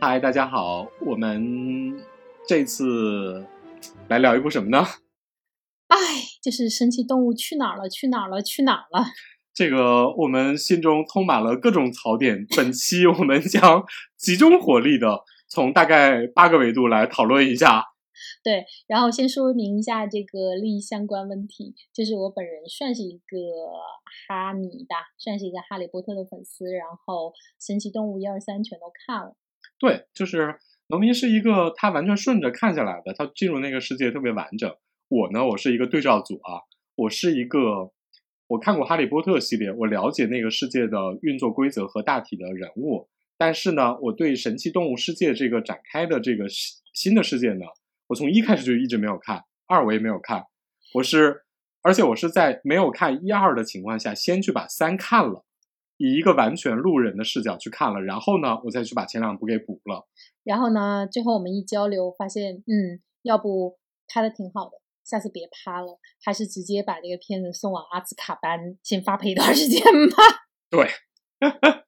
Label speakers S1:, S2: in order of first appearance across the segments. S1: 嗨，大家好，我们这次来聊一部什么呢？
S2: 哎，就是神奇动物去哪儿了？去哪儿了？去哪儿了？
S1: 这个我们心中充满了各种槽点。本期我们将集中火力的从大概八个维度来讨论一下。
S2: 对，然后先说明一下这个利益相关问题，就是我本人算是一个哈迷吧，算是一个哈利波特的粉丝，然后神奇动物一二三全都看了。
S1: 对，就是农民是一个他完全顺着看下来的，他进入那个世界特别完整。我呢，我是一个对照组啊，我是一个我看过《哈利波特》系列，我了解那个世界的运作规则和大体的人物，但是呢，我对神奇动物世界这个展开的这个新新的世界呢，我从一开始就一直没有看，二我也没有看，我是而且我是在没有看一二的情况下，先去把三看了。以一个完全路人的视角去看了，然后呢，我再去把前两部给补了。
S2: 然后呢，最后我们一交流发现，嗯，要不拍的挺好的，下次别拍了，还是直接把这个片子送往阿兹卡班，先发配一段时间吧。
S1: 对，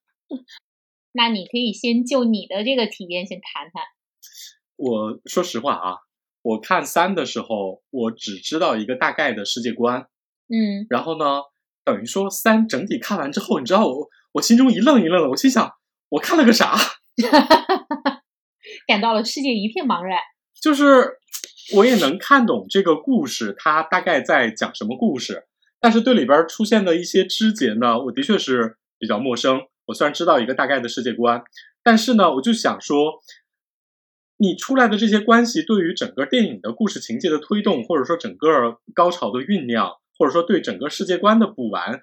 S2: 那你可以先就你的这个体验先谈谈。
S1: 我说实话啊，我看三的时候，我只知道一个大概的世界观，
S2: 嗯，
S1: 然后呢，等于说三整体看完之后，你知道我我心中一愣一愣的，我心想我看了个啥？
S2: 感到了世界一片茫然。
S1: 就是我也能看懂这个故事，它大概在讲什么故事，但是对里边出现的一些枝节呢，我的确是比较陌生。我虽然知道一个大概的世界观，但是呢，我就想说，你出来的这些关系对于整个电影的故事情节的推动，或者说整个高潮的酝酿，或者说对整个世界观的补完，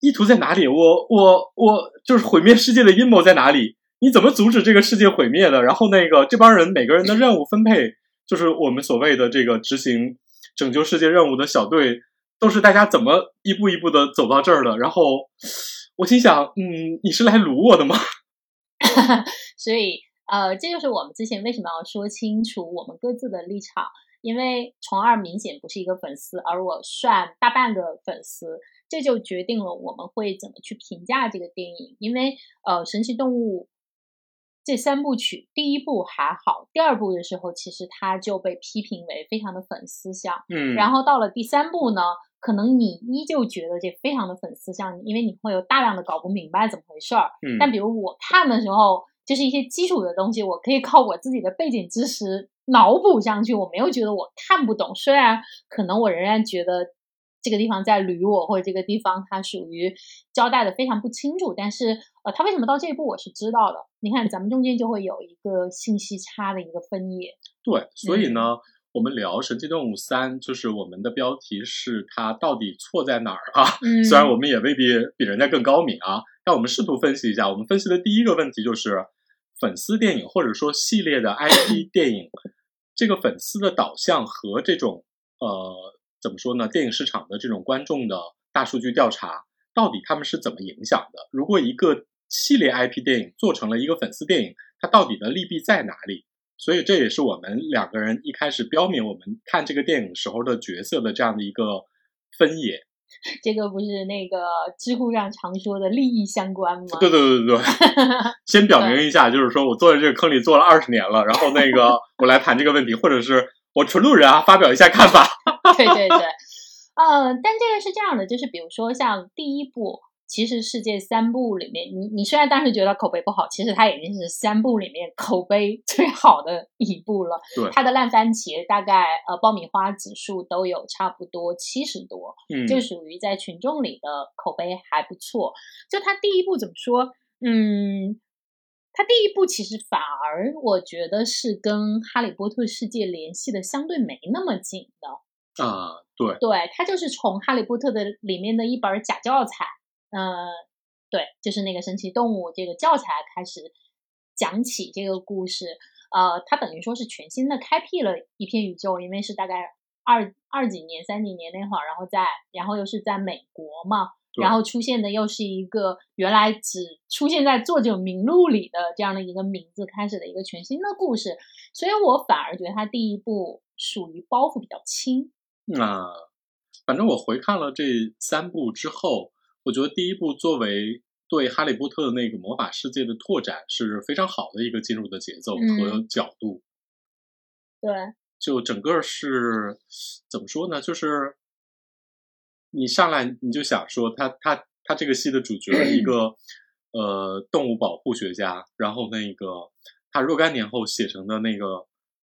S1: 意图在哪里？我我我就是毁灭世界的阴谋在哪里？你怎么阻止这个世界毁灭的？然后那个这帮人每个人的任务分配，就是我们所谓的这个执行拯救世界任务的小队，都是大家怎么一步一步的走到这儿的。然后我心想，嗯，你是来掳我的吗？
S2: 所以，呃，这就是我们之前为什么要说清楚我们各自的立场，因为虫二明显不是一个粉丝，而我算大半个粉丝，这就决定了我们会怎么去评价这个电影。因为，呃，神奇动物这三部曲，第一部还好，第二部的时候其实它就被批评为非常的粉丝向。
S1: 嗯
S2: 然后到了第三步呢，可能你依旧觉得这非常的粉丝向，因为你会有大量的搞不明白怎么回事儿。
S1: 嗯
S2: 但比如我看的时候，就是一些基础的东西，我可以靠我自己的背景知识脑补上去。我没有觉得我看不懂，虽然可能我仍然觉得这个地方在捋我，或者这个地方它属于交代的非常不清楚，但是呃，它为什么到这一步我是知道的。你看，咱们中间就会有一个信息差的一个分野。
S1: 对，所
S2: 嗯
S1: 以呢，我们聊《神奇动物三》，就是我们的标题是它到底错在哪儿啊？
S2: 嗯，
S1: 虽然我们也未必比人家更高明啊，但我们试图分析一下。我们分析的第一个问题就是，粉丝电影或者说系列的 IP 电影，这个粉丝的导向和这种呃怎么说呢，电影市场的这种观众的大数据调查，到底他们是怎么影响的？如果一个系列 IP 电影做成了一个粉丝电影，它到底的利弊在哪里？所以这也是我们两个人一开始标明我们看这个电影时候的角色的这样的一个分野。
S2: 这个不是那个知乎上常说的利益相关吗？
S1: 对对对对 对，先表明一下，就是说我坐在这个坑里坐了二十年了，然后那 个我来谈这个问题，或者是我纯路人啊，发表一下看法。
S2: 对对对，呃，但这个是这样的，就是比如说像第一部，其实是这三部里面，你你虽然当时觉得口碑不好，其实它已经是三部里面口碑最好的一部了。
S1: 对
S2: 它的烂番茄大概呃爆米花指数都有差不多七十多，
S1: 嗯，
S2: 就属于在群众里的口碑还不错。就他第一部怎么说？嗯，他第一部其实反而我觉得是跟《哈利波特》世界联系的相对没那么紧的。
S1: 啊，对
S2: 对，它就是从《哈利波特》的里面的一本假教材，嗯、对，就是那个神奇动物这个教材开始讲起这个故事。呃，它等于说是全新的开辟了一片宇宙，因为是大概二二几年、三几年那会儿，然后在然后又是在美国嘛，
S1: 对
S2: 然后出现的又是一个原来只出现在作者名录里的这样的一个名字开始的一个全新的故事，所以我反而觉得它第一部属于包袱比较轻，
S1: 那反正我回看了这三部之后，我觉得第一部作为对《哈利波特》的那个魔法世界的拓展是非常好的一个进入的节奏和
S2: 嗯
S1: 角度。
S2: 对，
S1: 就整个是怎么说呢？就是你上来你就想说他他他这个戏的主角一个呃动物保护学家，然后那个他若干年后写成的那个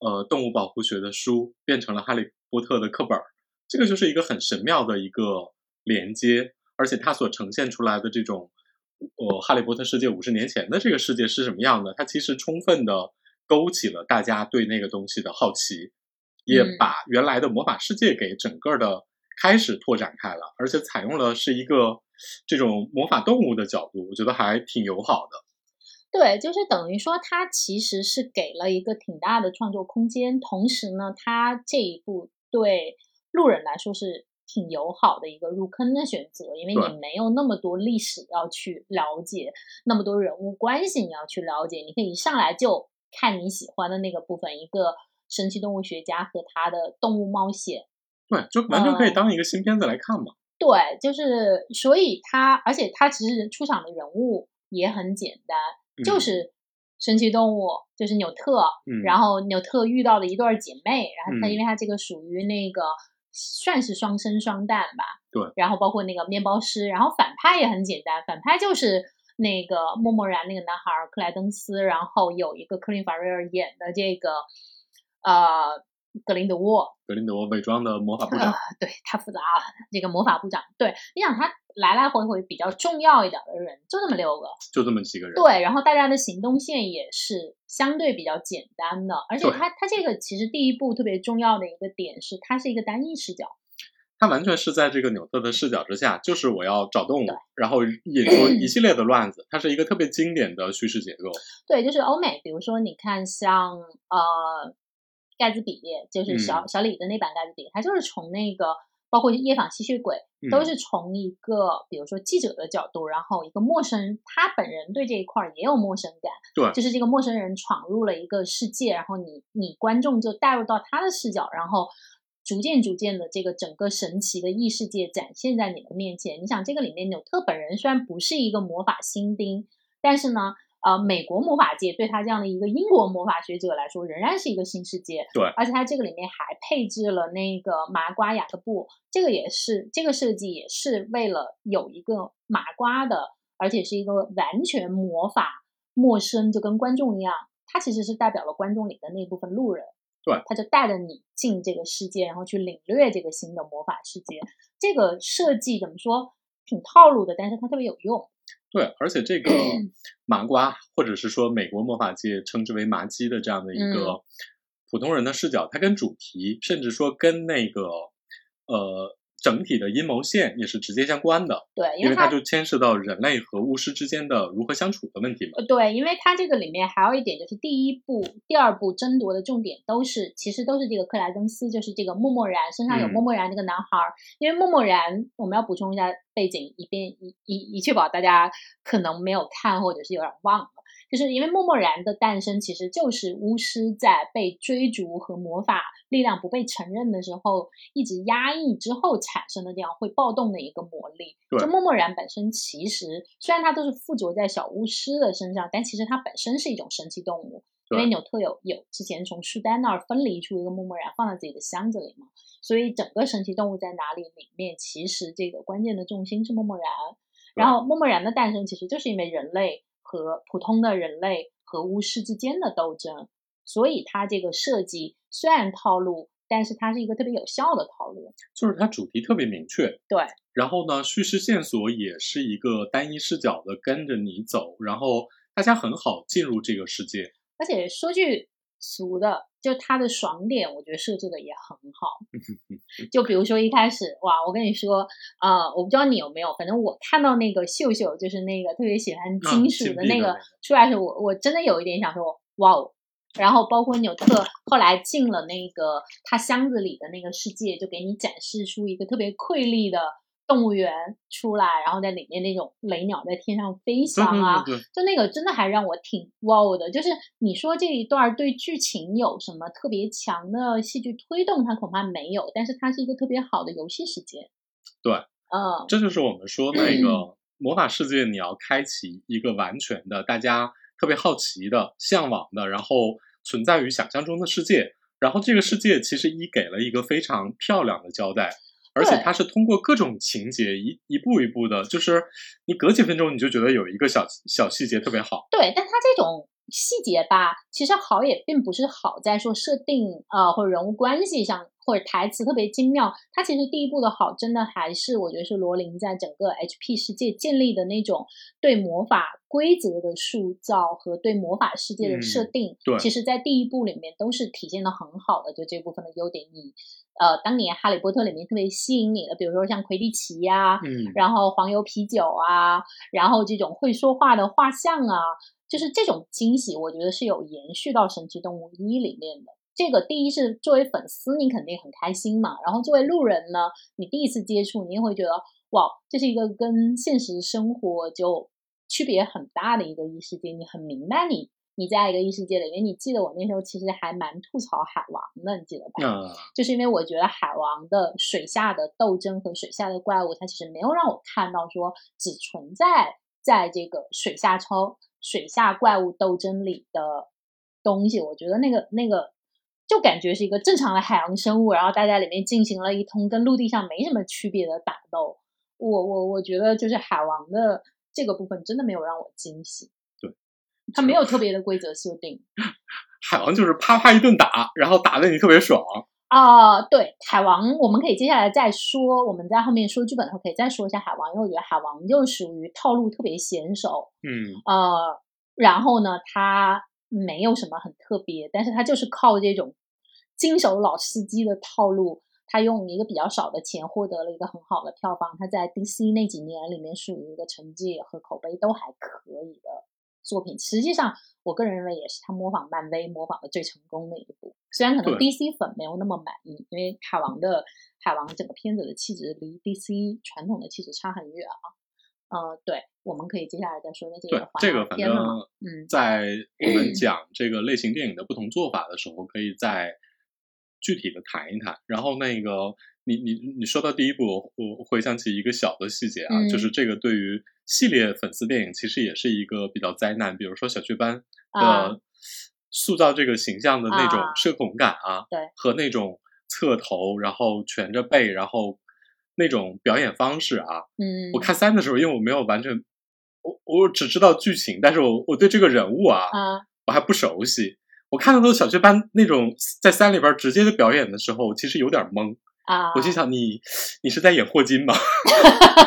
S1: 呃动物保护学的书，变成了哈利波特的课本儿，这个就是一个很神妙的一个连接，而且它所呈现出来的这种。呃，哈利波特世界五十年前的这个世界是什么样的？它其实充分的勾起了大家对那个东西的好奇，也
S2: 嗯
S1: 把原来的魔法世界给整个的开始拓展开了，而且采用了是一个这种魔法动物的角度，我觉得还挺友好的。
S2: 对，就是等于说，它其实是给了一个挺大的创作空间，同时呢，它这一步对路人来说是挺友好的一个入坑的选择，因为
S1: 对
S2: 你没有那么多历史要去了解，那么多人物关系你要去了解，你可以一上来就看你喜欢的那个部分，一个神奇动物学家和他的动物冒险。
S1: 对，就完全可以
S2: 嗯
S1: 当一个新片子来看嘛。嗯
S2: 对，就是所以他，而且他其实出场的人物也很简单，就
S1: 嗯
S2: 是神奇动物，就是纽特，
S1: 嗯，
S2: 然后纽特遇到了一对儿姐妹，然后她
S1: 嗯
S2: 因为她这个属于那个算是双生双旦吧，
S1: 对，
S2: 然后包括那个面包师，然后反派也很简单，反派就是那个默默然那个男孩儿克莱登斯，然后有一个科林法瑞尔演的这个呃格林德沃，
S1: 格林德沃伪装的魔法部
S2: 啊
S1: 长，
S2: 对，太复杂了。这个魔法部长，对，你想他来来回回比较重要一点的人就那么六个，
S1: 就这么几个人。
S2: 对，然后大家的行动线也是相对比较简单的，而且
S1: 对
S2: 它它这个其实第一步特别重要的一个点是，它是一个单一视角，
S1: 他完全是在这个纽特的视角之下，就是我要找动物，然后引出一系列的乱子。它是一个特别经典的叙事结构。
S2: 对，就是欧美，比如说你看像呃盖茨比，就是小、小李的那版盖茨比，他就是从那个包括夜访吸血鬼，
S1: 嗯、
S2: 都是从一个比如说记者的角度，然后一个陌生人，他本人对这一块儿也有陌生感，
S1: 对
S2: 就是这个陌生人闯入了一个世界，然后你你观众就带入到他的视角，然后逐渐逐渐的这个整个神奇的异世界展现在你的面前。你想这个里面纽特本人虽然不是一个魔法新丁，但是呢。呃，美国魔法界对他这样的一个英国魔法学者来说，仍然是一个新世界。
S1: 对
S2: 而且它这个里面还配置了那个麻瓜雅各布，这个也是这个设计也是为了有一个麻瓜的，而且是一个完全魔法陌生，就跟观众一样，它其实是代表了观众里的那部分路人。
S1: 对，
S2: 他就带着你进这个世界，然后去领略这个新的魔法世界。这个设计怎么说，挺套路的，但是它特别有用。
S1: 对，而且 这个麻瓜，或者是说美国魔法界称之为麻鸡的这样的一个普通人的视角，它跟主题，甚至说跟那个呃整体的阴谋线也是直接相关的，
S2: 对，
S1: 因
S2: 因
S1: 为
S2: 为
S1: 它
S2: 它
S1: 就牵涉到人类和巫师之间的如何相处的问题嘛。
S2: 呃，对，因为它这个里面还有一点就是第一部、第二部争夺的重点都是，其实都是这个克莱登斯，就是这个默默然身上有
S1: 嗯
S2: 默默然这个男孩儿。因为默默然，我们要补充一下背景，以便以以以确保大家可能没有看或者是有点忘了，就是因为默默然的诞生其实就是巫师在被追逐和魔法力量不被承认的时候，一直压抑之后产生的这样会暴动的一个魔力。
S1: 对
S2: 就默默然本身其实虽然它都是附着在小巫师的身上，但其实它本身是一种神奇动物。因为
S1: 对
S2: 纽特有有之前从苏丹那儿分离出一个默默然放在自己的箱子里嘛，所以整个神奇动物在哪里里面，其实这个关键的重心是默默然。
S1: 对
S2: 然后默默然的诞生，其实就是因为人类和普通的人类和巫师之间的斗争，所以它这个设计虽然套路，但是它是一个特别有效的套路。
S1: 就是它主题特别明确。
S2: 对。
S1: 然后呢，叙事线索也是一个单一视角的跟着你走，然后大家很好进入这个世界。
S2: 而且说句俗的，就他的爽点，我觉得设置的也很好。就比如说一开始，哇，我跟你说，呃，我不知道你有没有，反正我看到那个秀秀，就是那个特别喜欢金属
S1: 嗯金
S2: 的那
S1: 币的那
S2: 个、
S1: 个
S2: 出来的时候，我我真的有一点想说，哇哦。然后包括纽特后来进了那个他箱子里的那个世界，就给你展示出一个特别瑰丽的动物园出来，然后在里面那种雷鸟在天上飞
S1: 对
S2: 翔啊，
S1: 对对对，
S2: 就那个真的还让我挺 wow 的，就是你说这一段对剧情有什么特别强的戏剧推动，它恐怕没有，但是它是一个特别好的游戏时间。
S1: 对
S2: 嗯，
S1: 这就是我们说那个魔法世界，你要开启一个完全的大家特别好奇的、向往的，然后存在于想象中的世界。然后这个世界其实一给了一个非常漂亮的交代，而且
S2: 对
S1: 它是通过各种情节一一步一步的，就是你隔几分钟你就觉得有一个小小细节特别好。
S2: 对，但它这种细节吧，其实好也并不是好在说设定呃或者人物关系上或者台词特别精妙。它其实第一部的好，真的还是我觉得是罗琳在整个 HP 世界建立的那种对魔法规则的塑造和对魔法世界的设
S1: 嗯
S2: 定。
S1: 对
S2: 其实，在第一部里面都是体现的很好的，就这部分的优点。你呃，当年《哈利波特》里面特别吸引你的，比如说像魁地奇呀、
S1: 嗯，
S2: 然后黄油啤酒啊，然后这种会说话的画像啊，就是这种惊喜，我觉得是有延续到《神奇动物一》里面的。这个第一是作为粉丝，你肯定很开心嘛，然后作为路人呢，你第一次接触，你也会觉得哇，这是一个跟现实生活就区别很大的一个异世界，你很明白你。你在一个异世界里面，你记得我那时候其实还蛮吐槽海王的，你记得吧？
S1: 那
S2: 就是因为我觉得海王的水下的斗争和水下的怪物，它其实没有让我看到说只存在在这个水下超水下怪物斗争里的东西。我觉得那个那个就感觉是一个正常的海洋生物，然后大家里面进行了一通跟陆地上没什么区别的打斗。我我我觉得就是海王的这个部分真的没有让我惊喜。
S1: 对，
S2: 它没有特别的规则设定。
S1: 海王就是啪啪一顿打，然后打的你特别爽。
S2: 啊、对，海王，我们可以接下来再说，我们在后面说剧本的时候可以再说一下海王，因为我觉得海王又属于套路特别娴熟，
S1: 嗯，
S2: 呃，然后呢，他没有什么很特别，但是他就是靠这种金手老司机的套路，他用一个比较少的钱获得了一个很好的票房，他在 DC 那几年里面属于一个成绩和口碑都还可以的作品。实际上，我个人认为也是他模仿漫威模仿的最成功的一部，虽然可能
S1: 对
S2: DC 粉没有那么满意，因为海王的海王整个片子的气质离 DC 传统的气质差很远啊。呃，对，我们可以接下来再说，因为这
S1: 对
S2: 个，环
S1: 这个
S2: 绕
S1: 反
S2: 片了嘛，
S1: 正
S2: 嗯，
S1: 在我们讲这个类型电影的不同做法的时候，可以再具体的谈一谈。然后那个，你你你说到第一部，我我回想起一个小的细节啊，
S2: 嗯
S1: 就是这个对于系列粉丝电影其实也是一个比较灾难，比如说小雀斑
S2: 啊
S1: 的塑造这个形象的那种
S2: 啊
S1: 社恐感啊，
S2: 对
S1: 和那种侧头，然后蜷着背，然后那种表演方式啊，
S2: 嗯，
S1: 我看三的时候，因为我没有完全，我我只知道剧情，但是我我对这个人物啊，
S2: 啊，
S1: 我还不熟悉。我看到都小雀斑那种在三里边直接的表演的时候，我其实有点懵，
S2: 啊，
S1: 我就想你你是在演霍金吗？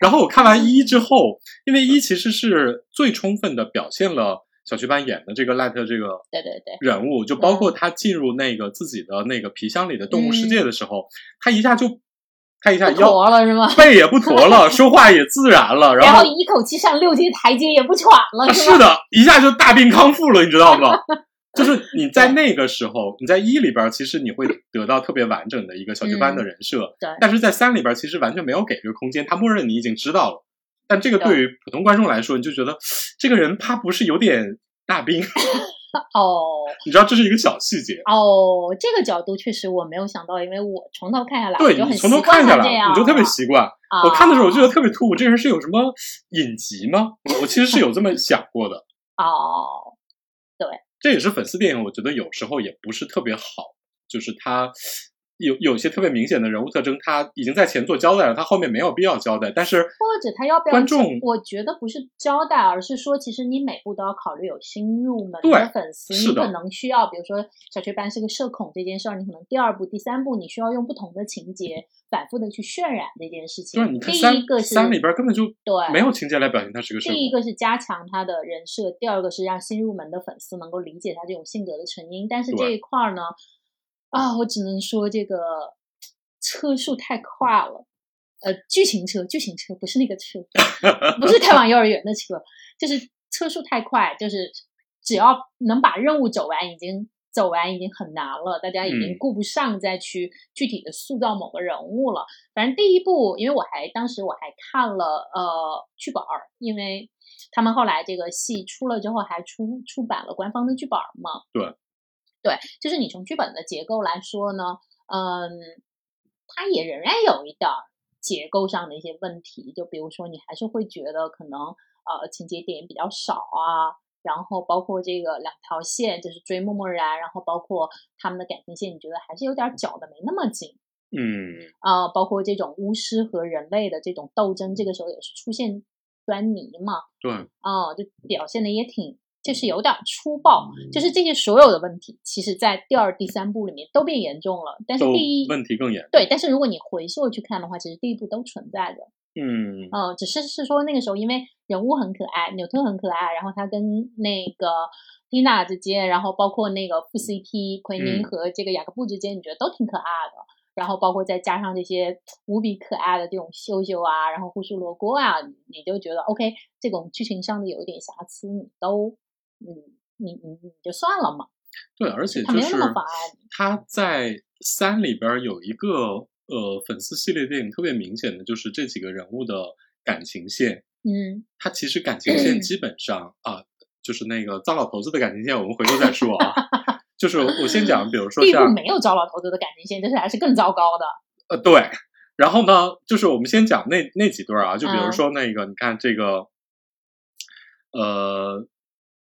S1: 然后我看完一之后，因为一其实是最充分的表现了小雀斑演的这个赖特这个
S2: 对对对，
S1: 人物，就包括
S2: 嗯
S1: 他进入那个自己的那个皮箱里的动物世界的时候，他一下就他一下
S2: 不
S1: 腰
S2: 活了是吗？
S1: 背也不驼了，说话也自 然了，
S2: 然
S1: 后
S2: 后一口气上六级台阶也不喘了
S1: 啊
S2: 是吗？
S1: 是的，一下就大病康复了，你知道吗？就是你在那个时候，你在一里边儿，其实你会得到特别完整的一个小雀斑的人设，
S2: 嗯对
S1: 但是在三里边儿其实完全没有给这个空间，他默认你已经知道了。但这个对于普通观众来说，你就觉得这个人他不是有点大病？
S2: 哦
S1: 你知道这是一个小细节，
S2: 哦，这个角度确实我没有想到，因为我从头看下来，
S1: 对
S2: 我就
S1: 你
S2: 很
S1: 从头
S2: 习惯
S1: 看下
S2: 他这
S1: 来，
S2: 样
S1: 你就特别
S2: 了
S1: 习惯。
S2: 啊、
S1: 我看的时候我就觉得特别突兀，这人是有什么隐疾吗？我我其实是有这么想过的。
S2: 哦，
S1: 这也是粉丝电影，我觉得有时候也不是特别好，就是它有有些特别明显的人物特征，他已经在前作交代了，他后面没有必要交代。但是
S2: 或者他要不要
S1: 观众
S2: 我觉得不是交代，而是说，其实你每部都要考虑有新入门的
S1: 对
S2: 粉丝，
S1: 是
S2: 你
S1: 的
S2: 可能需要，比如说小学班是个社恐这件事儿，你可能第二部、第三部你需要用不同的情节反复的去渲染这件事
S1: 就是
S2: 情。
S1: 你看
S2: 第一
S1: 三
S2: 个是
S1: 三里边根本就
S2: 对
S1: 没有情节来表现他是个社恐
S2: 第一个是加强他的人设，第二个是让新入门的粉丝能够理解他这种性格的成因。但是这
S1: 对
S2: 一块儿呢，啊，我只能说这个车速太快了。呃，剧情车，剧情车不是那个车， 不是开往幼儿园的车， 就是车速太快，就是只要能把任务走完，已经走完已经很难了，大家已经
S1: 嗯
S2: 顾不上再去具体的塑造某个人物了。反正第一部，因为我还当时我还看了呃剧本儿，因为他们后来这个戏出了之后，还出出版了官方的剧本儿嘛。
S1: 对，
S2: 对，就是你从剧本的结构来说呢，嗯，它也仍然有一点儿结构上的一些问题，就比如说你还是会觉得可能呃情节点比较少啊。然后包括这个两条线，就是追默默然，然后包括他们的感情线，你觉得还是有点儿搅的没那么紧。
S1: 嗯，
S2: 啊，包括这种巫师和人类的这种斗争，这个时候也是出现端倪嘛，
S1: 对，
S2: 啊、就表现的也挺，就是有点粗暴，
S1: 嗯
S2: 就是这些所有的问题，其实在第二、第三部里面都变严重了，但是
S1: 都
S2: 第一。
S1: 问题更严。
S2: 对，但是如果你回溯去看的话，其实第一部都存在的，
S1: 嗯，
S2: 呃，只是是说那个时候因为人物很可爱，纽特很可爱，然后他跟那个蒂娜之间，然后包括那个副 CP 奎宁
S1: 嗯
S2: 和这个雅各布之间，你觉得都挺可爱的。然后包括再加上这些无比可爱的这种秀秀啊，然后呼苏罗锅啊，你你就觉得 OK，这种剧情上的有一点瑕疵，你都，嗯，你你你就算了嘛，
S1: 对，而且
S2: 他
S1: 就
S2: 没有
S1: 是
S2: 那么妨碍你。
S1: 他在三里边有一个呃粉丝系列电影特别明显的就是这几个人物的感情线，
S2: 嗯，
S1: 他其实感情线基本上啊、就是那个糟老头子的感情线，我们回头再说啊。就是我先讲，比如说
S2: 第一部
S1: 像
S2: 没有糟老头子的感情线，但是还是更糟糕的。
S1: 呃对，然后呢，就是我们先讲那那几对儿啊，就比如说那个、你看这个，呃，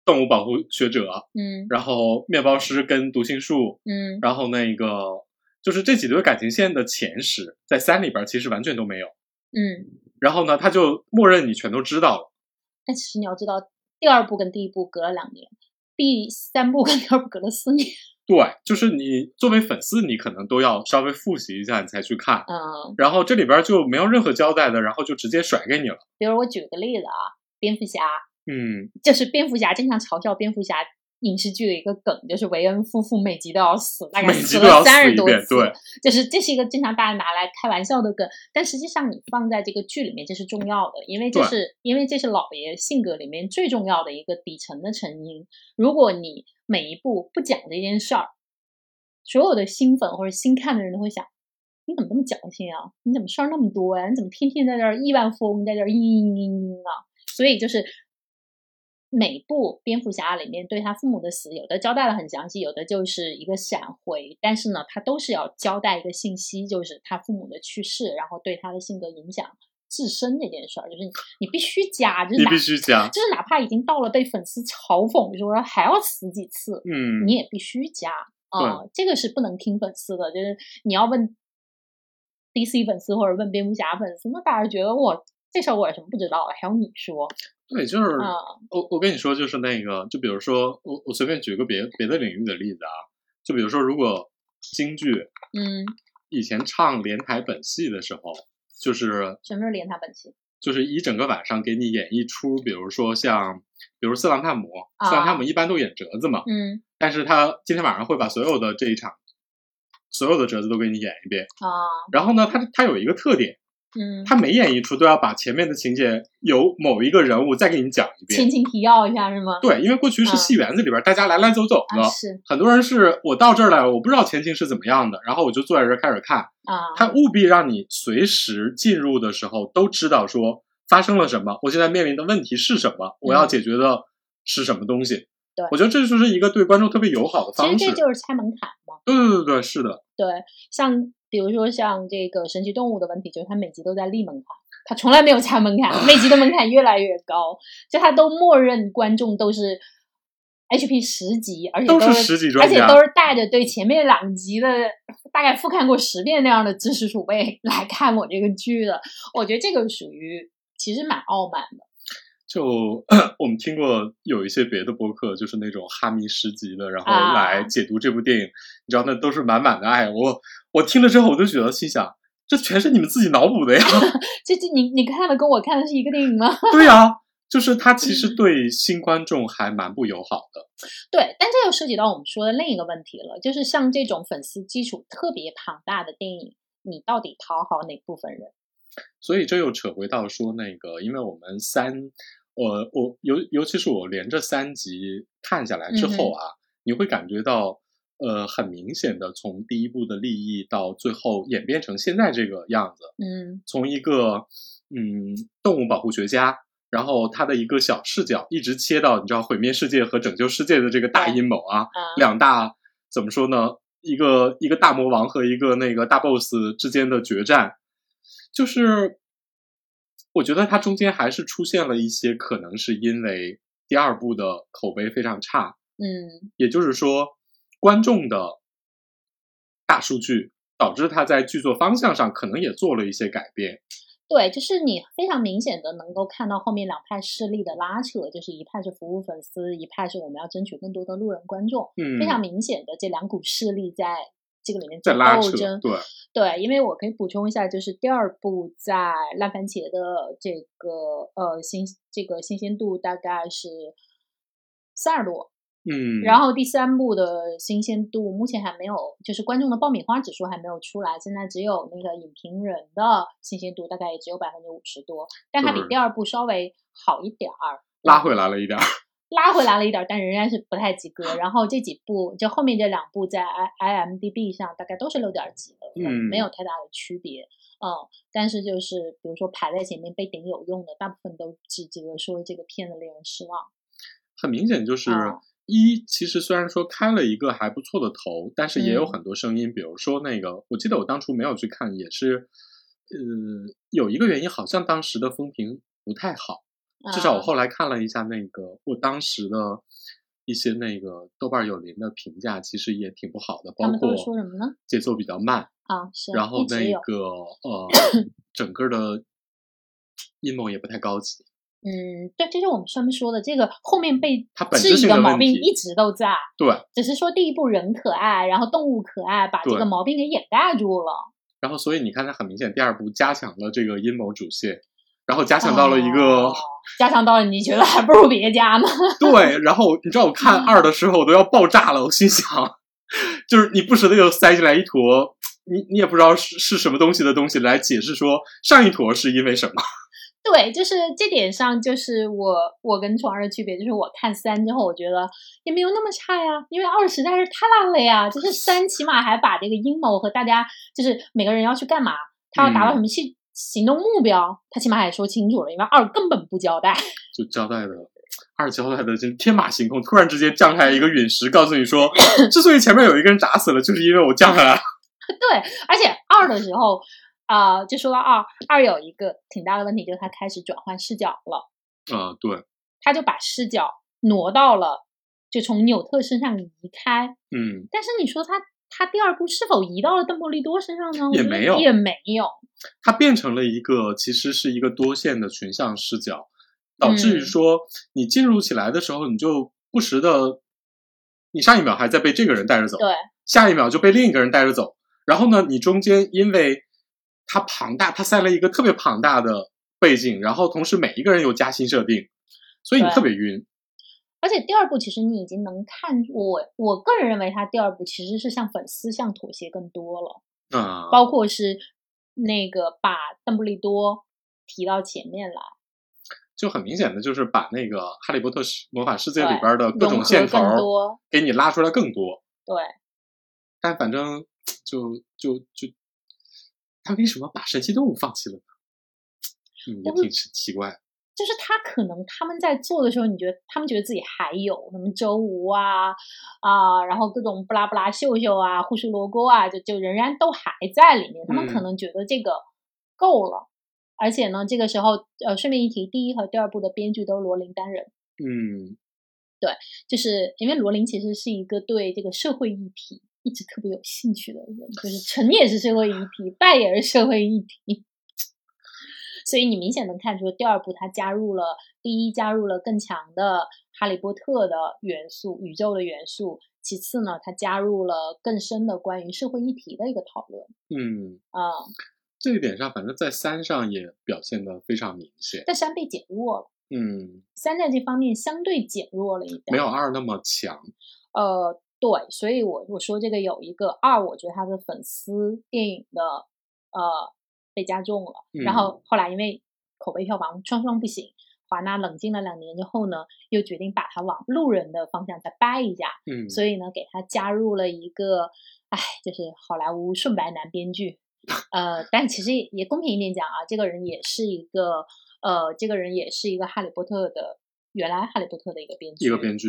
S1: 动物保护学者，
S2: 嗯
S1: 然后面包师跟读心术，
S2: 嗯
S1: 然后那个就是这几对感情线的前十，在三里边儿其实完全都没有。
S2: 嗯，
S1: 然后呢，他就默认你全都知道了。
S2: 但其实你要知道，第二部跟第一部隔了两年，第三部跟第二部隔了四年。
S1: 对，就是你作为粉丝，你可能都要稍微复习一下，你才去看。
S2: 嗯，
S1: 然后这里边就没有任何交代的，然后就直接甩给你了。
S2: 比如我举个例子啊，蝙蝠侠，
S1: 嗯，
S2: 就是蝙蝠侠经常嘲笑蝙蝠侠影视剧的一个梗，就是韦恩夫妇每集都要死，大概
S1: 每集
S2: 死
S1: 都要
S2: 了
S1: 死
S2: 三十
S1: 一
S2: 多
S1: 遍，
S2: 次。
S1: 对，
S2: 就是这是一个经常大家拿来开玩笑的梗，但实际上你放在这个剧里面这是重要的，因为这
S1: 对
S2: 是因为这是老爷性格里面最重要的一个底层的成因。如果你每一步不讲这件事儿，所有的新粉或者新看的人都会想。你怎么这么矫情啊？你怎么事儿那么多呀、你怎么天天在这儿亿万富翁在这儿嘤嘤嘤嘤啊？所以就是每部蝙蝠侠里面对他父母的死，有的交代的很详细，有的就是一个闪回，但是呢，他都是要交代一个信息，就是他父母的去世，然后对他的性格影响自身这件事儿，就是你你必须加，就是
S1: 你
S2: 哪
S1: 必须加。
S2: 就是哪怕已经到了被粉丝嘲讽说还要死几次，
S1: 嗯
S2: 你，也必须加啊、这个是不能听粉丝的，就是你要问 DC 粉丝或者问蝙蝠侠粉丝，那大家觉得我这事儿我有什么不知道，啊还要你说
S1: 对，就是
S2: 啊、
S1: 我我跟你说，就是那个，就比如说我我随便举个别别的领域的例子啊，就比如说如果京剧
S2: 嗯，
S1: 以前唱连台本戏的时候，就是
S2: 什么时候连他本期？
S1: 就是一整个晚上给你演一出，比如说像，比如四郎探母，
S2: 啊
S1: 四郎探母一般都演折子嘛，
S2: 嗯
S1: 但是他今天晚上会把所有的这一场，所有的折子都给你演一遍。
S2: 啊，
S1: 然后呢，他他有一个特点，
S2: 嗯，
S1: 他每演一出都要把前面的情节由某一个人物再给你讲一遍
S2: 前。情提要一下是吗？
S1: 对，因为过去是
S2: 嗯
S1: 戏园子里边，大家来来走走的
S2: 啊，，是
S1: 很多人是我到这儿来了，我不知道前情是怎么样的，然后我就坐在这儿开始看。
S2: 啊，
S1: 他务必让你随时进入的时候都知道说发生了什么，我现在面临的问题是什么，我要解决的是什么东西。
S2: 嗯对
S1: 我觉得这就是一个对观众特别友好的
S2: 其实
S1: 方式。
S2: 这就是拆门槛嘛。
S1: 对对对对，是的，
S2: 对，像比如说像这个神奇动物的问题，就是它每集都在立门槛，它从来没有拆门槛，每集的门槛越来越高，就它都默认观众都是 HP 十集，而且
S1: 都
S2: 都
S1: 是十级专
S2: 而且
S1: 家，
S2: 都是带着对前面两集的大概复看过十遍那样的知识储备来看我这个剧的。我觉得这个属于其实蛮傲慢的。
S1: 就 我们听过有一些别的播客，就是那种哈迷十级的，然后
S2: 啊
S1: 来解读这部电影，你知道那都是满满的爱。我我听了之后，我就觉得心想，这全是你们自己脑补的呀。
S2: 这这你你看的跟我看的是一个电影吗？
S1: 对呀、就是他其实对新观众还蛮不友好的。
S2: 对，但这又涉及到我们说的另一个问题了，就是像这种粉丝基础特别庞大的电影，你到底讨好哪部分人？
S1: 所以这又扯回到说那个，因为我们三，我我尤尤其是我连着三集看下来之后啊，你会感觉到呃很明显的从第一部的利益到最后演变成现在这个样子，
S2: 嗯
S1: 从一个嗯动物保护学家。然后他的一个小视角一直切到你知道毁灭世界和拯救世界的这个大阴谋啊，
S2: 啊，
S1: 两大怎么说呢？一个一个大魔王和一个那个大 boss 之间的决战，就是我觉得它中间还是出现了一些可能是因为第二部的口碑非常差，
S2: 嗯
S1: 也就是说观众的大数据导致他在剧作方向上可能也做了一些改变。
S2: 对，就是你非常明显的能够看到后面两派势力的拉扯，就是一派是服务粉丝，一派是我们要争取更多的路人观众，
S1: 嗯，
S2: 非常哦明显的这两股势力在这个里面
S1: 在
S2: 做
S1: 拉
S2: 斗
S1: 扯，
S2: 争。
S1: 对，
S2: 对，因为我可以补充一下，就是第二部在烂番茄的这个呃新这个新鲜度大概是三十多，
S1: 嗯，
S2: 然后第三部的新鲜度目前还没有，就是观众的爆米花指数还没有出来，现在只有那个影评人的新鲜度大概也只有百分之五十多，但它比
S1: 对
S2: 第二部稍微好一点儿，
S1: 拉回来了一点儿，
S2: 拉回来了一点儿，但仍然是不太及格。然后这几部就后面这两部在 I IMDB 上大概都是六点几的，
S1: 嗯
S2: 没有太大的区别。嗯，但是就是比如说排在前面被顶有用的，大部分都只只能说这个片子令人失望。
S1: 很明显就是
S2: 啊
S1: 一，其实虽然说开了一个还不错的头，但是也有
S2: 嗯
S1: 很多声音，比如说那个，我记得我当初没有去看，也是，呃，有一个原因，好像当时的风评不太好，至
S2: 啊
S1: 少我
S2: 嗯
S1: 后来看了一下那个，我当时的一些那个豆瓣有邻的评价，其实也挺不好的，
S2: 他
S1: 包
S2: 们都
S1: 括
S2: 是说什么呢？
S1: 节奏比较慢，
S2: 啊，是啊
S1: 然后
S2: 一直
S1: 那
S2: 有
S1: 个 呃，整个的阴谋也不太高级，
S2: 嗯，对，这就是我们上面说的，这个后面被
S1: 它本
S2: 质
S1: 质
S2: 疑
S1: 性
S2: 的
S1: 的
S2: 毛
S1: 问
S2: 病
S1: 题
S2: 一直都在，
S1: 对。
S2: 只是说第一部人可爱，然后动物可爱，把这
S1: 对
S2: 个毛病给掩盖住了。
S1: 然后所以你看，它很明显，第二部加强了这个阴谋主线，然后加强到了一个、
S2: 哦加强到了，你觉得还不如别加呢？
S1: 对，然后你知道我看二的时候我都要爆炸了，我心想， 就是你不时的又塞进来一坨，你你也不知道是是什么东西的东西来解释说上一坨是因为什么，
S2: 对，就是这点上，就是我我跟虫儿的区别，就是我看三之后，我觉得也没有那么差呀，因为二实在是太烂了呀。就是三起码还把这个阴谋和大家就是每个人要去干嘛，他要达到
S1: 嗯
S2: 什么行行动目标，他起码还说清楚了，因为二根本不交代。
S1: 就交代的。二交代的真天马行空，突然之间降下来一个陨石，告诉你 说，之所以前面有一个人砸死了，就是因为我降下来了。
S2: 对，而且二的时候，啊、就说到二，二有一个挺大的问题，就是他开始转换视角了，
S1: 啊、对，
S2: 他就把视角挪到了，就从纽特身上移开。
S1: 嗯，
S2: 但是你说他他第二部是否移到了邓布利多身上呢？我
S1: 也
S2: 觉得
S1: 没有
S2: 也没有。
S1: 它变成了一个其实是一个多线的群像视角，导致于
S2: 嗯
S1: 说你进入起来的时候，你就不时的，你上一秒还在被这个人带着走，
S2: 对，
S1: 下一秒就被另一个人带着走，然后呢，你中间因为它庞大，它塞了一个特别庞大的背景，然后同时每一个人有加新设定，所以你
S2: 对
S1: 特别晕。
S2: 而且第二部其实你已经能看，我我个人认为他第二部其实是向粉丝向妥协更多了。
S1: 啊、
S2: 包括是那个把邓布利多提到前面来，
S1: 就很明显的就是把那个《哈利波特世魔法世界》里
S2: 对
S1: 边的各
S2: 融
S1: 种
S2: 合
S1: 线头
S2: 更多，
S1: 给你拉出来更多。
S2: 对，
S1: 但反正就就就，他为什么把神奇动物放弃了呢？嗯，也
S2: 我
S1: 挺奇奇怪。
S2: 就是他可能他们在做的时候，你觉得他们觉得自己还有什么周吴啊啊，然后各种布拉布拉秀秀啊、护士罗锅啊，就就仍然都还在里面。他们可
S1: 嗯
S2: 能觉得这个够了，而且呢，这个时候呃，顺便一提，第一和第二部的编剧都是罗琳单人，
S1: 嗯，
S2: 对，就是因为罗琳其实是一个对这个社会议题一直特别有兴趣的人，就是成也是社会议题，败也是社会议题。 所以你明显能看出，第二部它加入了第一加入了更强的哈利波特的元素、宇宙的元素，其次呢，它加入了更深的关于社会议题的一个讨论
S1: 嗯，
S2: 啊、
S1: 这一点上，反正在三上也表现的非常明显。
S2: 但山被减弱了，
S1: 嗯，
S2: 三在这方面相对减弱了一点，
S1: 没有二那么强。
S2: 呃，对，所以我我说这个有一个二，我觉得他的粉丝电影的呃被加重了，
S1: 嗯
S2: 然后后来因为口碑票房双双不行，华纳冷静了两年之后呢，又决定把它往路人的方向再掰一下，
S1: 嗯，
S2: 所以呢给他加入了一个，哎，就是好莱坞顺白男编 剧，呃，但其实也也公平一点讲啊，这个人也是一个呃，这个人也是一个哈利波特的。原来《哈利波特》的一个编剧，
S1: 一个编剧，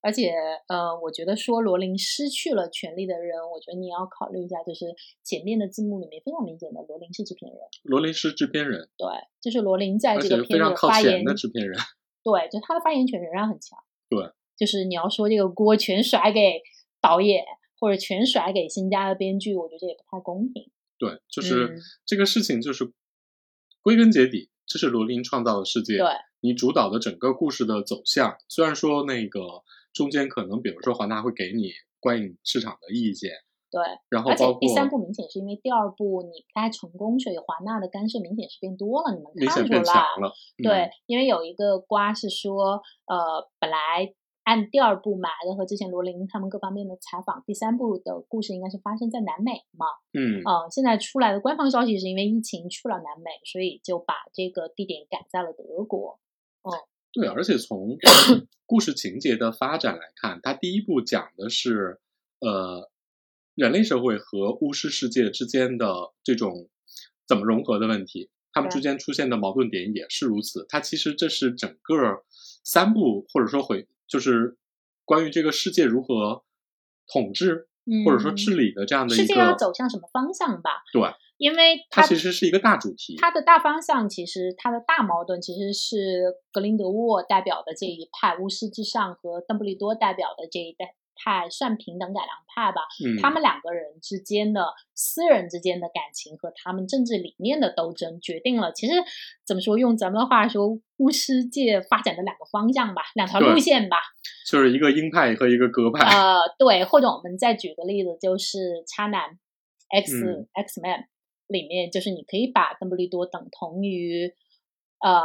S2: 而且，呃，我觉得说罗琳失去了权力的人，我觉得你要考虑一下，就是前面的字幕里面非常明显的罗琳是制片人，
S1: 罗琳是制片人，
S2: 对，就是罗琳在
S1: 而
S2: 哎
S1: 且
S2: 这个
S1: 是非
S2: 片
S1: 常
S2: 子
S1: 靠
S2: 发
S1: 前
S2: 言，
S1: 的制片人。
S2: 对，就他的发言权仍然很强，
S1: 对，
S2: 就是你要说这个锅全甩给导演或者全甩给新加的编剧，我觉得这也不太公平，
S1: 对，就
S2: 嗯
S1: 是这个事情，就是归根结底，这是罗琳创造的世界。
S2: 对，
S1: 你主导的整个故事的走向，虽然说那个中间可能，比如说华纳会给你关于市场的意见，
S2: 对，
S1: 然后
S2: 而且
S1: 包括
S2: 第三部明显是因为第二部你不太成功，所以华纳的干涉明显是变多了，你能
S1: 明
S2: 看
S1: 显
S2: 出
S1: 变强
S2: 来，
S1: 了。嗯
S2: 对，，因为有一个瓜是说，呃，本来按第二部买的和之前罗琳他们各方面的采访，第三部的故事应该是发生在南美嘛，
S1: 嗯，
S2: 嗯、现在出来的官方消息是因为疫情去了南美，所以就把这个地点改在了德国。
S1: 对，而且 从故事情节的发展来看，它第一部讲的是呃人类社会和巫师世界之间的这种怎么融合的问题，他们
S2: 对
S1: 之间出现的矛盾点也是如此。它其实这是整个三部或者说回就是关于这个世界如何统治
S2: 嗯，
S1: 或者说治理的这样的一
S2: 世界要
S1: 个，
S2: 走向什么方向吧？
S1: 对，
S2: 因为
S1: 它其实是一个大主题。
S2: 它的大方向其实它的大矛盾其实是格林德沃代表的这一派巫师至上和邓布利多代表的这一代派算平等改良派吧，
S1: 嗯，
S2: 他们两个人之间的私人之间的感情和他们政治理念的斗争，决定了其实怎么说，用咱们的话说，巫师界发展的两个方向吧，两条路
S1: 对
S2: 线吧。
S1: 就是一个鹰派和一个 鸽派。
S2: 呃，对，或者我们再举个例子，就是《渣男 X、
S1: 嗯
S2: X Man》里面，就是你可以把邓布利多等同于呃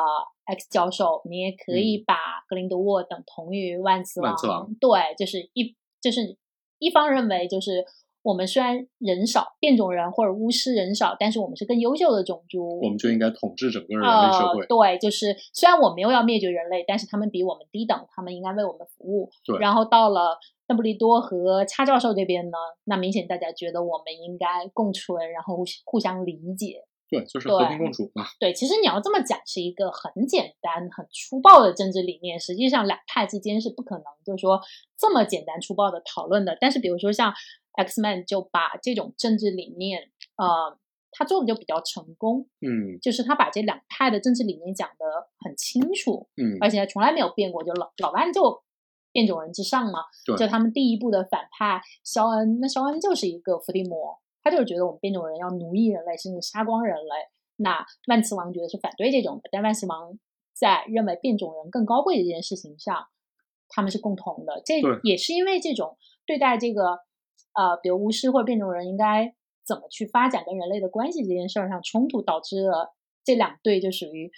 S2: X 教授，你也可以把格林德沃等同于万
S1: 嗯
S2: 磁
S1: 万磁王
S2: 对，就是一就是一方认为就是。我们虽然人少，变种人或者巫师人少，但是我们是更优秀的种族。
S1: 我们就应该统治整个人类社会
S2: 呃。，对，就是虽然我没有要灭绝人类，但是他们比我们低等，他们应该为我们服务。
S1: 对
S2: 然后到了邓布利多和叉教授这边呢，那明显大家觉得我们应该共存，然后互互相理解。
S1: 对，就是和
S2: 对
S1: 平共处嘛。
S2: 对，其实你要这么讲，是一个很简单、很粗暴的政治理念。实际上，两派之间是不可能就是说这么简单粗暴的讨论的。但是，比如说像 X Man 就把这种政治理念，呃，他做的就比较成功。
S1: 嗯
S2: 就是他把这两派的政治理念讲得很清楚，
S1: 嗯，
S2: 而且从来没有变过，就老老万就变种人至上嘛。
S1: 对
S2: 就他们第一部的反派肖恩，那肖恩就是一个伏地魔，他就是觉得我们变种人要奴役人类，甚至杀光人类。那万磁王觉得是反对这种的，但万磁王在认为变种人更高贵这件事情上，他们是共同的。这
S1: 对
S2: 也是因为这种对待这个呃，比如巫师或者变种人应该怎么去发展跟人类的关系这件事儿上冲突，导致了这两队就属于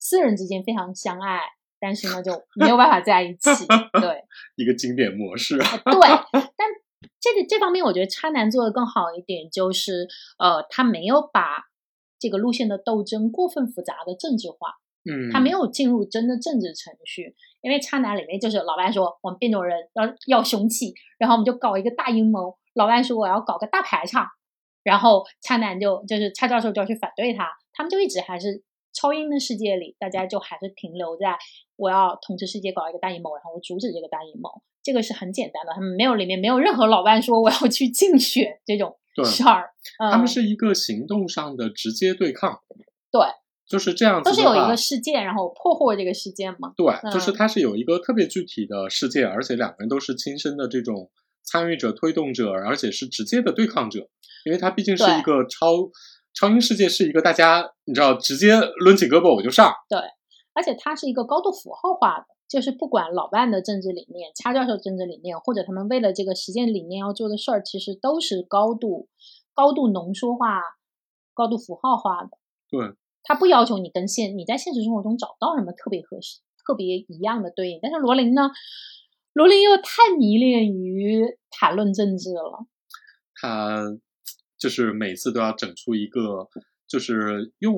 S2: 私人之间非常相爱，但是呢就没有办法在一起。 对，
S1: 一个经典模式。
S2: 对，但这个这方面，我觉得渣男做的更好一点，就是呃，他没有把这个路线的斗争过分复杂的政治化，
S1: 嗯，
S2: 他没有进入真的政治程序。因为渣男里面就是老外说我们变种人要要雄起，然后我们就搞一个大阴谋，老外说我要搞个大排场，然后渣男就就是叉教授就要去反对他，他们就一直还是。超英的世界里，大家就还是停留在我要统治世界，搞一个大阴谋，然后我阻止这个大阴谋。这个是很简单的，他们没有里面没有任何老外说我要去竞选这种
S1: 对
S2: 事儿，嗯
S1: 他们是一个行动上的直接对抗。
S2: 对，
S1: 就是这样子
S2: 都
S1: 的话。
S2: 是有一个事件，然后破获这个事件吗？
S1: 对，就是
S2: 嗯
S1: 它是有一个特别具体的事件，而且两个人都是亲身的这种参与者、推动者，而且是直接的对抗者，因为它毕竟是
S2: 对
S1: 一个超超英世界，是一个大家你知道直接抡起胳膊我就上，
S2: 而且它是一个高度符号化的，就是不管老万的政治理念、掐教授政治理念，或者他们为了这个实践理念要做的事儿，其实都是高度、高度浓缩化、高度符号化的。
S1: 对，
S2: 他不要求你跟现你在现实生活中找不到什么特别合适、特别一样的对应，但是罗琳呢？罗琳又太迷恋于谈论政治了，
S1: 他就是每次都要整出一个，就是用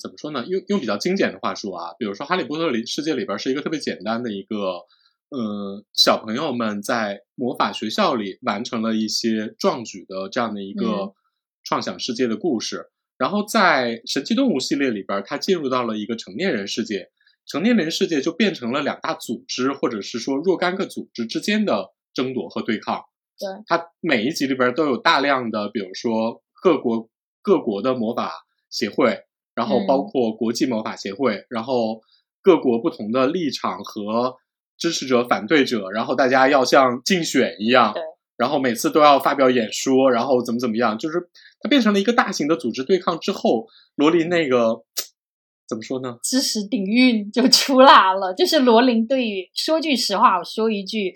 S1: 怎么说呢？用用比较精简的话术啊，比如说《哈利波特》里世界里边是一个特别简单的一个，呃，小朋友们在魔法学校里完成了一些壮举的这样的一
S2: 嗯
S1: 个创想世界的故事。然后在《神奇动物》系列里边，它进入到了一个成年人世界，成年人世界就变成了两大组织或者是说若干个组织之间的争夺和对抗。
S2: 对，
S1: 它每一集里边都有大量的，比如说各国各国的魔法协会，然后包括国际魔法协会，然后各国不同的立场和支持者、反对者，然后大家要像竞选一样
S2: 对，
S1: 然后每次都要发表演说，然后怎么怎么样，就是它变成了一个大型的组织对抗之后，罗琳那个怎么说呢？
S2: 知识底蕴就出来了。就是罗琳对于说句实话，我说一句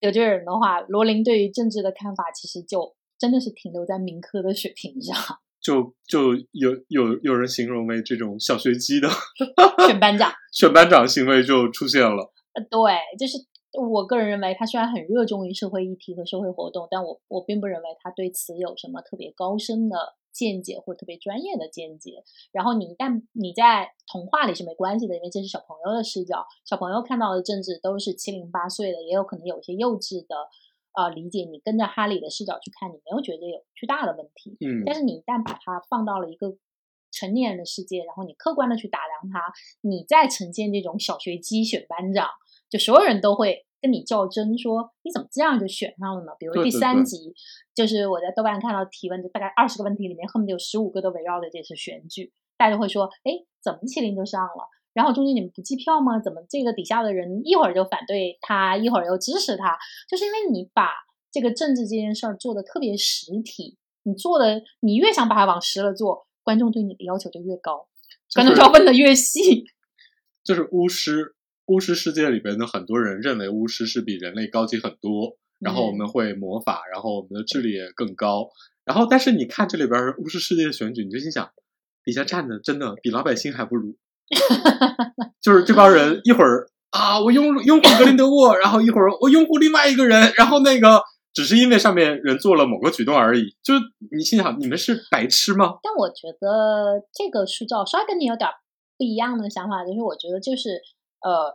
S2: 得罪人的话，罗琳对于政治的看法其实就真的是停留在民科的水平上，
S1: 就就有有有人形容为这种小学鸡的
S2: 选班长。
S1: 选班长行为就出现了。
S2: 呃，对，就是我个人认为，他虽然很热衷于社会议题和社会活动，但我我并不认为他对此有什么特别高深的见解或者特别专业的见解。然后你一旦你在童话里是没关系的，因为这是小朋友的视角，小朋友看到的政治都是七零八碎的，也有可能有一些幼稚的。呃，理解你跟着哈利的视角去看，你没有觉得有巨大的问题。
S1: 嗯，
S2: 但是你一旦把它放到了一个成年人的世界，然后你客观的去打量它，你再呈现这种小学鸡选班长，就所有人都会跟你较真说，你怎么这样就选上了呢？比如
S1: 对
S2: 第
S1: 对
S2: 三
S1: 对
S2: 集，就是我在豆瓣看到提问，就大概二十个问题里面，恨不得有十五个都围绕着这次选举，大家就会说，哎，怎么麒麟就上了？然后中间你们不计票吗？怎么这个底下的人一会儿就反对他，一会儿又支持他？就是因为你把这个政治这件事儿做的特别实体，你做的你越想把它往实了做，观众对你的要求就越高，观众就要问的越细。
S1: 就是巫师，巫师世界里边的很多人认为巫师是比人类高级很多，然后我
S2: 嗯
S1: 们会魔法，然后我们的智力也更高。然后，但是你看这里边巫师世界的选举，你就心想，底下站的真的比老百姓还不如。 就是这帮人一会儿啊，我拥拥护格林德沃，然后一会儿我拥护另外一个人，然后那个只是因为上面人做了某个举动而已。就是你心想，你们是白痴吗？
S2: 但我觉得这个塑造稍微跟你有点不一样的想法，就是我觉得就是呃，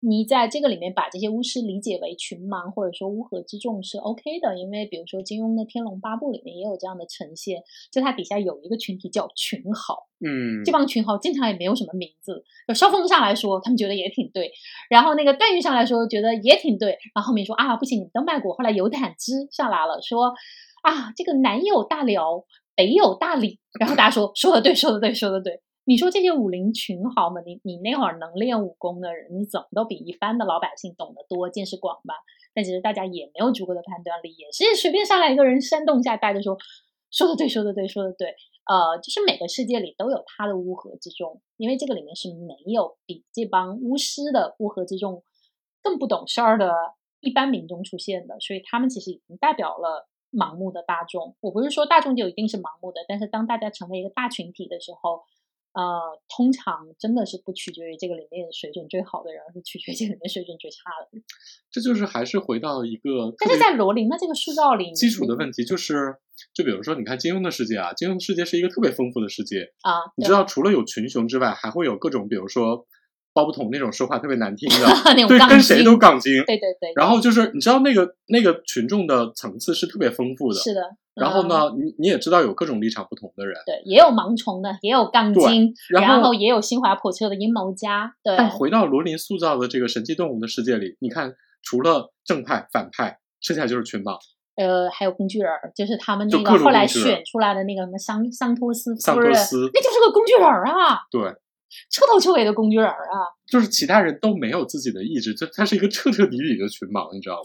S2: 你在这个里面把这些巫师理解为群盲或者说乌合之众是 OK 的，因为比如说金庸的《天龙八部》里面也有这样的呈现，就它底下有一个群体叫群豪，
S1: 嗯，
S2: 这帮群豪经常也没有什么名字，就萧峰上来说，他们觉得也挺对，然后那个段誉上来说，觉得也挺对，然后后面说啊，不行，你们都卖国。后来有胆汁上来了，说啊，这个南有大辽，北有大理，然后大家说说的对，说的对，说的对。你说这些武林群豪们，你你那会儿能练武功的人，你怎么都比一般的老百姓懂得多、见识广吧？但其实大家也没有足够的判断力，也是随便上来一个人煽动一下，大家就说说的对，说的对，说的对。呃，就是每个世界里都有它的乌合之众，因为这个里面是没有比这帮巫师的乌合之众更不懂事儿的一般民众出现的，所以他们其实已经代表了盲目的大众。我不是说大众就一定是盲目的，但是当大家成为一个大群体的时候，呃，通常真的是不取决于这个里面水准最好的人，而是取决于这个里面水准最差的人。
S1: 这就是还是回到一个特
S2: 但是
S1: 别
S2: 在罗琳的这个塑造里，
S1: 基础的问题就是，就比如说，你看金庸的世界啊，金庸的世界是一个特别丰富的世界。
S2: 啊，
S1: 你
S2: 对
S1: 知道，除了有群雄之外，还会有各种，比如说包不同那种说话特别难听 的，
S2: 那种
S1: 对，
S2: 杠
S1: 跟谁
S2: 精
S1: 都杠精。
S2: 对对对，
S1: 然后就是，你知道那个那个群众的层次是特别丰富的。
S2: 是的。
S1: 然后
S2: 嗯
S1: 呢，你你也知道有各种立场不同的人，
S2: 对，也有盲从的，也有杠
S1: 对
S2: 精，
S1: 然
S2: 然
S1: 后哎
S2: 后也有心怀叵测的阴谋家。对，
S1: 但回到罗琳塑造的这个神奇动物的世界里，你看，除了正派、反派，剩下就是群盲。
S2: 呃，还有工具人儿，就是他们
S1: 就
S2: 那
S1: 各
S2: 个
S1: 种
S2: 后来
S1: 工具人
S2: 选出来的那个什么桑桑托斯夫
S1: 桑托
S2: 人，
S1: 斯
S2: 那就是个工具人儿啊，
S1: 对，
S2: 彻头彻尾的工具人儿啊。
S1: 就是其他人都没有自己的意志，就他是一个彻彻底底的群盲，你知道吗？